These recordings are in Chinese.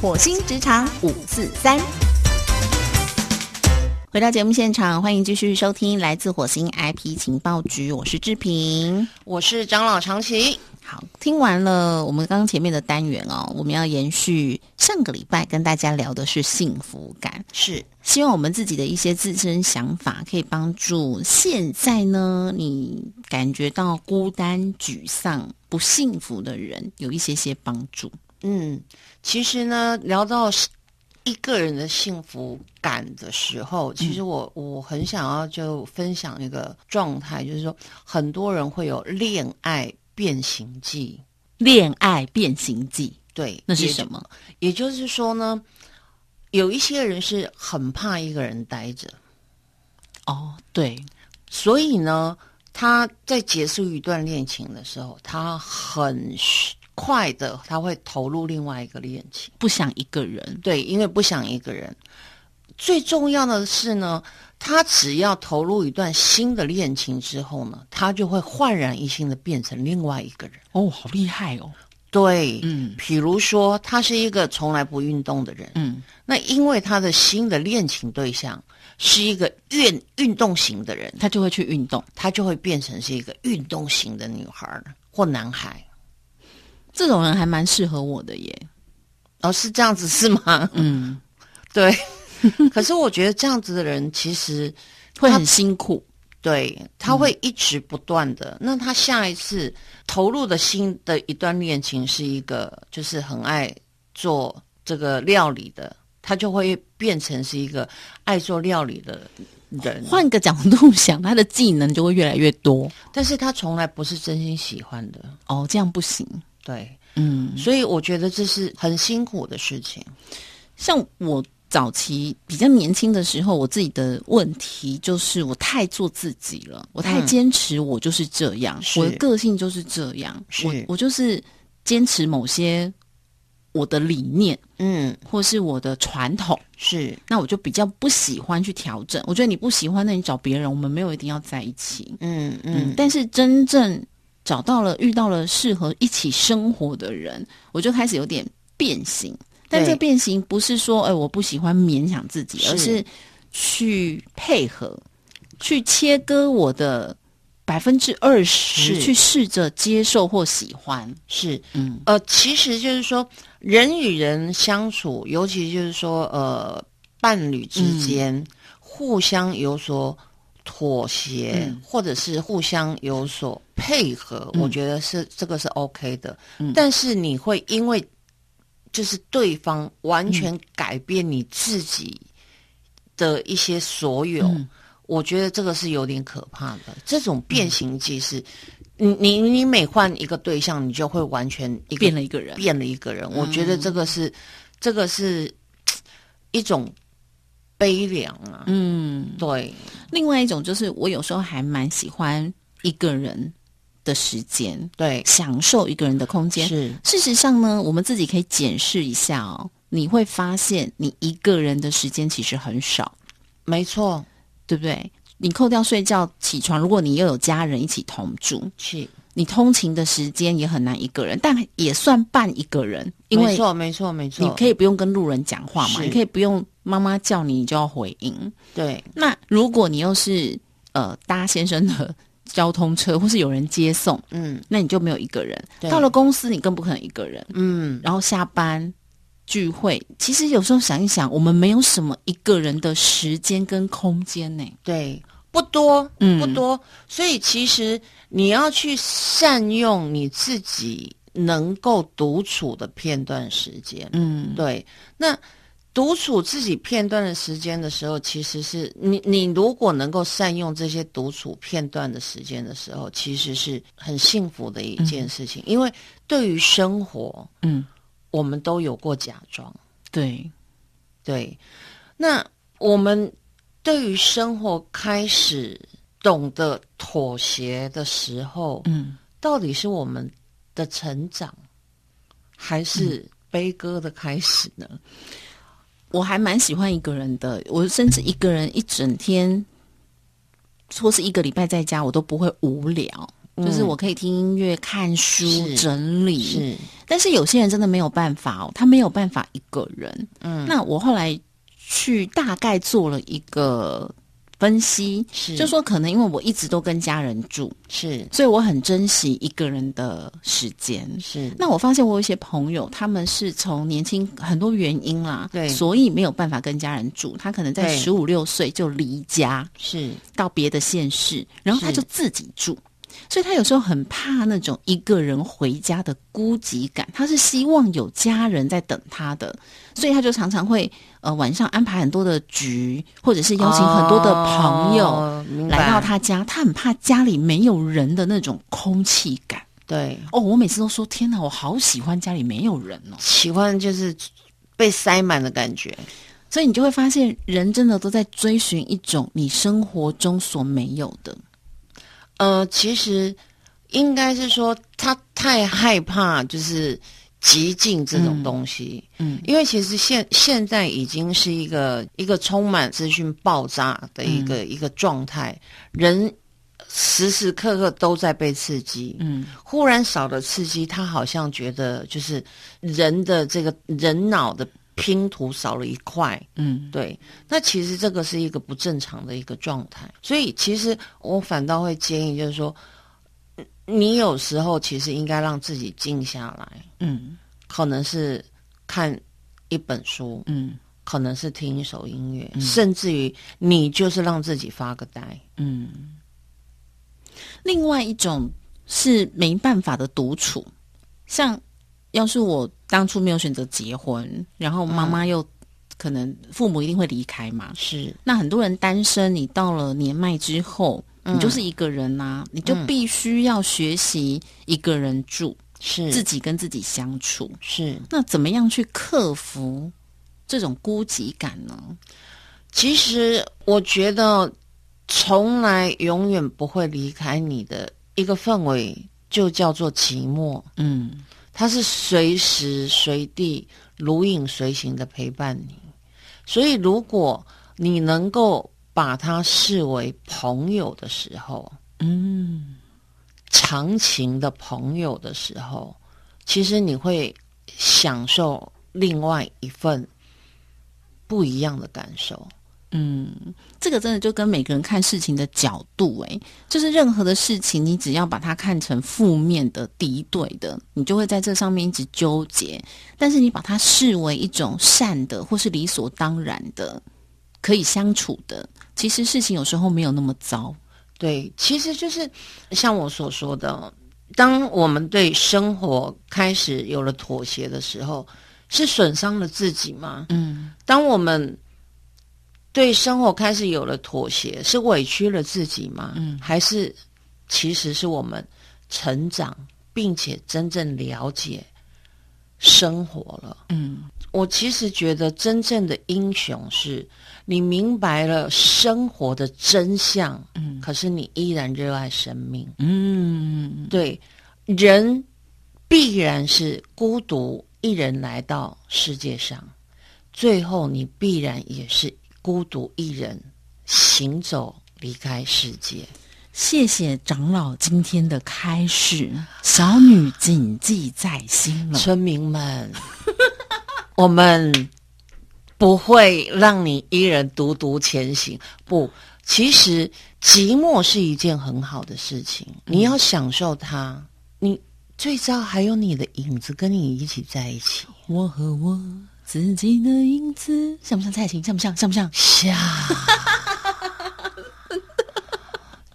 火星职场五四三。回到节目现场，欢迎继续收听来自火星 IP 情报局，我是志平。我是长老长崎，好，听完了我们刚刚前面的单元哦，我们要延续上个礼拜跟大家聊的是幸福感，是希望我们自己的一些自身想法可以帮助现在呢，你感觉到孤单、沮丧、不幸福的人有一些些帮助。嗯，其实呢，聊到是一个人的幸福感的时候，其实我、嗯我很想要就分享一个状态，就是说很多人会有恋爱变形记，恋爱变形记对，那是也就什么？也就是说呢，有一些人是很怕一个人待着，哦，对，所以呢，他在结束一段恋情的时候，他很快的他会投入另外一个恋情。不想一个人，对，因为不想一个人。最重要的是呢，他只要投入一段新的恋情之后呢，他就会焕然一新的变成另外一个人。哦，好厉害哦，对，嗯比如说他是一个从来不运动的人，嗯，那因为他的新的恋情对象是一个运运动型的人，他就会去运动，他就会变成是一个运动型的女孩儿或男孩。这种人还蛮适合我的耶，哦，是这样子是吗？ 嗯，对。 可是我觉得这样子的人其实会很辛苦，对，他嗯会一直不断的。那他下一次投入的新的一段恋情是一个，就是很爱做这个料理的，他就会变成是一个爱做料理的人。换个角度想，他的技能就会越来越多。但是他从来不是真心喜欢的，哦，这样不行。对。嗯，所以我觉得这是很辛苦的事情。像我早期比较年轻的时候，我自己的问题就是我太做自己了，我太嗯坚持，我就是这样，是我的个性就是这样，是我我就是坚持某些我的理念嗯，或是我的传统。是那我就比较不喜欢去调整。我觉得你不喜欢，那你找别人，我们没有一定要在一起。嗯嗯，嗯，但是真正找到了遇到了适合一起生活的人，我就开始有点变形。但对这变形不是说，哎，我不喜欢勉强自己，是而是去配合，去切割我的百分之二十，是去试着接受或喜欢。是嗯，呃，其实就是说，人与人相处，尤其就是说，呃，伴侣嗯之间、互相有所妥协，嗯或者是互相有所配合，嗯我觉得是这个是 OK 的。嗯但是你会因为就是对方嗯完全改变你自己的一些所有，嗯我觉得这个是有点可怕的。这种变形记是，你你你每换一个对象，你就会完全一个变了一个人。变了一个人。我觉得嗯这个是，这个是嘖一种悲凉啊。嗯，对，另外一种就是，我有时候还蛮喜欢一个人的时间，对，享受一个人的空间。是事实上呢，我们自己可以检视一下哦，你会发现你一个人的时间其实很少，没错，对不对？你扣掉睡觉、起床，如果你又有家人一起同住，是你通勤的时间也很难一个人，但也算半一个人，因没为错，没错，没错，你可以不用跟路人讲话嘛，是你可以不用妈妈叫你，你就要回应。对，那如果你又是呃搭先生的 交通车，或是有人接送，嗯那你就没有一个人。对到了公司，你更不可能一个人。嗯，然后下班聚会，其实有时候想一想，我们没有什么一个人的时间跟空间呢。对，不多，嗯不多。所以其实你要去善用你自己能够独处的片段时间。嗯，对，那独处自己片段的时间的时候，其实是你你如果能够善用这些独处片段的时间的时候，其实是很幸福的一件事情。因为对于生活，嗯，我们都有过假装。对，对，那我们对于生活开始懂得妥协的时候，嗯，到底是我们的成长，还是悲歌的开始呢？我还蛮喜欢一个人的，我甚至一个人一整天，或是一个礼拜在家，我都不会无聊。就是我可以听音乐、看书、嗯是整理。是但是有些人真的没有办法哦，他没有办法一个人。嗯，那我后来去大概做了一个分析，是就说可能因为我一直都跟家人住，是所以我很珍惜一个人的时间。是那我发现我有一些朋友，他们是从年轻很多原因啦，对所以没有办法跟家人住，他可能在对十五六岁就离家是到别的县市，然后他是就自己住，所以他有时候很怕那种一个人回家的孤寂感，他是希望有家人在等他的，所以他就常常会呃晚上安排很多的局，或者是邀请很多的朋友。哦明白来到他家，他很怕家里没有人的那种空气感。对哦，我每次都说天哪，我好喜欢家里没有人哦。喜欢就是被塞满的感觉，所以你就会发现，人真的都在追寻一种你生活中所没有的。呃，其实应该是说他太害怕就是极尽这种东西，嗯因为其实现现在已经是一个一个充满资讯爆炸的一个、一个状态，人时时刻刻都在被刺激，嗯忽然少了刺激，他好像觉得就是人的这个人脑的拼图少了一块，嗯对，那其实这个是一个不正常的一个状态，所以其实我反倒会建议，就是说，嗯你有时候其实应该让自己静下来，嗯可能是看一本书，嗯可能是听一首音乐，甚至于你就是让自己发个呆。嗯。另外一种是没办法的独处，像要是我当初没有选择结婚，然后妈妈又、可能父母一定会离开嘛，是，那很多人单身，你到了年迈之后，嗯你就是一个人呐、你就必须要学习一个人住，自是，己跟自己相处。是。那怎么样去克服这种孤寂感呢？其实我觉得，从来永远不会离开你的一个氛围，就叫做寂寞。嗯它是随时随地如影随形的陪伴你。所以，如果你能够把它视为朋友的时候，嗯长情的朋友的时候，其实你会享受另外一份不一样的感受。嗯，这个真的就跟每个人看事情的角度、诶，就是任何的事情，你只要把它看成负面的、敌对的，你就会在这上面一直纠结。但是你把它视为一种善的，或是理所当然的，可以相处的，其实事情有时候没有那么糟。对，其实就是像我所说的，当我们对生活开始有了妥协的时候，是损伤了自己吗？嗯当我们对生活开始有了妥协，是委屈了自己吗？嗯还是其实是我们成长，并且真正了解生活了？嗯我其实觉得真正的英雄是你明白了生活的真相，嗯可是你依然热爱生命。嗯对，人必然是孤独一人来到世界上，最后你必然也是孤独一人行走离开世界。谢谢长老今天的开示，小女谨记在心了。村民们， 我们不会让你一人独独前行。不，其实寂寞是一件很好的事情，你要享受它。你最早还有你的影子跟你一起在一起。我和我自己的影子，像不像蔡琴？像不像？像不像？下，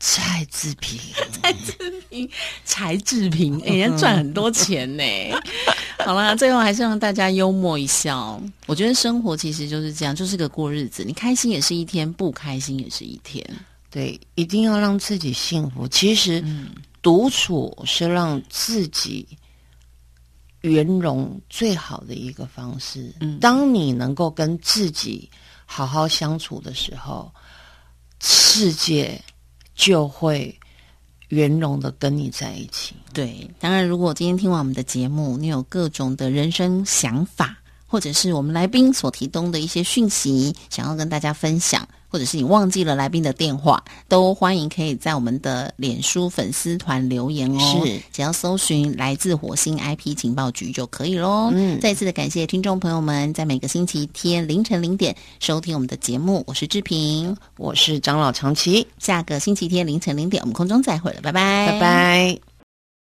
蔡志平，柴智屏，哎人家赚很多钱呢、好啦，最后还是让大家幽默一笑。我觉得生活其实就是这样，就是个过日子。你开心也是一天，不开心也是一天。对，一定要让自己幸福。其实，独处是让自己圆融最好的一个方式。嗯当你能够跟自己好好相处的时候，世界就会圆融的跟你在一起。对，当然，如果今天听完我们的节目，你有各种的人生想法，或者是我们来宾所提供的一些讯息，想要跟大家分享，或者是你忘记了来宾的电话，都欢迎可以在我们的脸书粉丝团留言哦。是，只要搜寻“来自火星 IP 情报局”就可以喽。嗯，再一次的感谢听众朋友们在每个星期天凌晨零点收听我们的节目，我是志平。我是长老长崎，下个星期天凌晨零点我们空中再会了，拜拜，拜拜。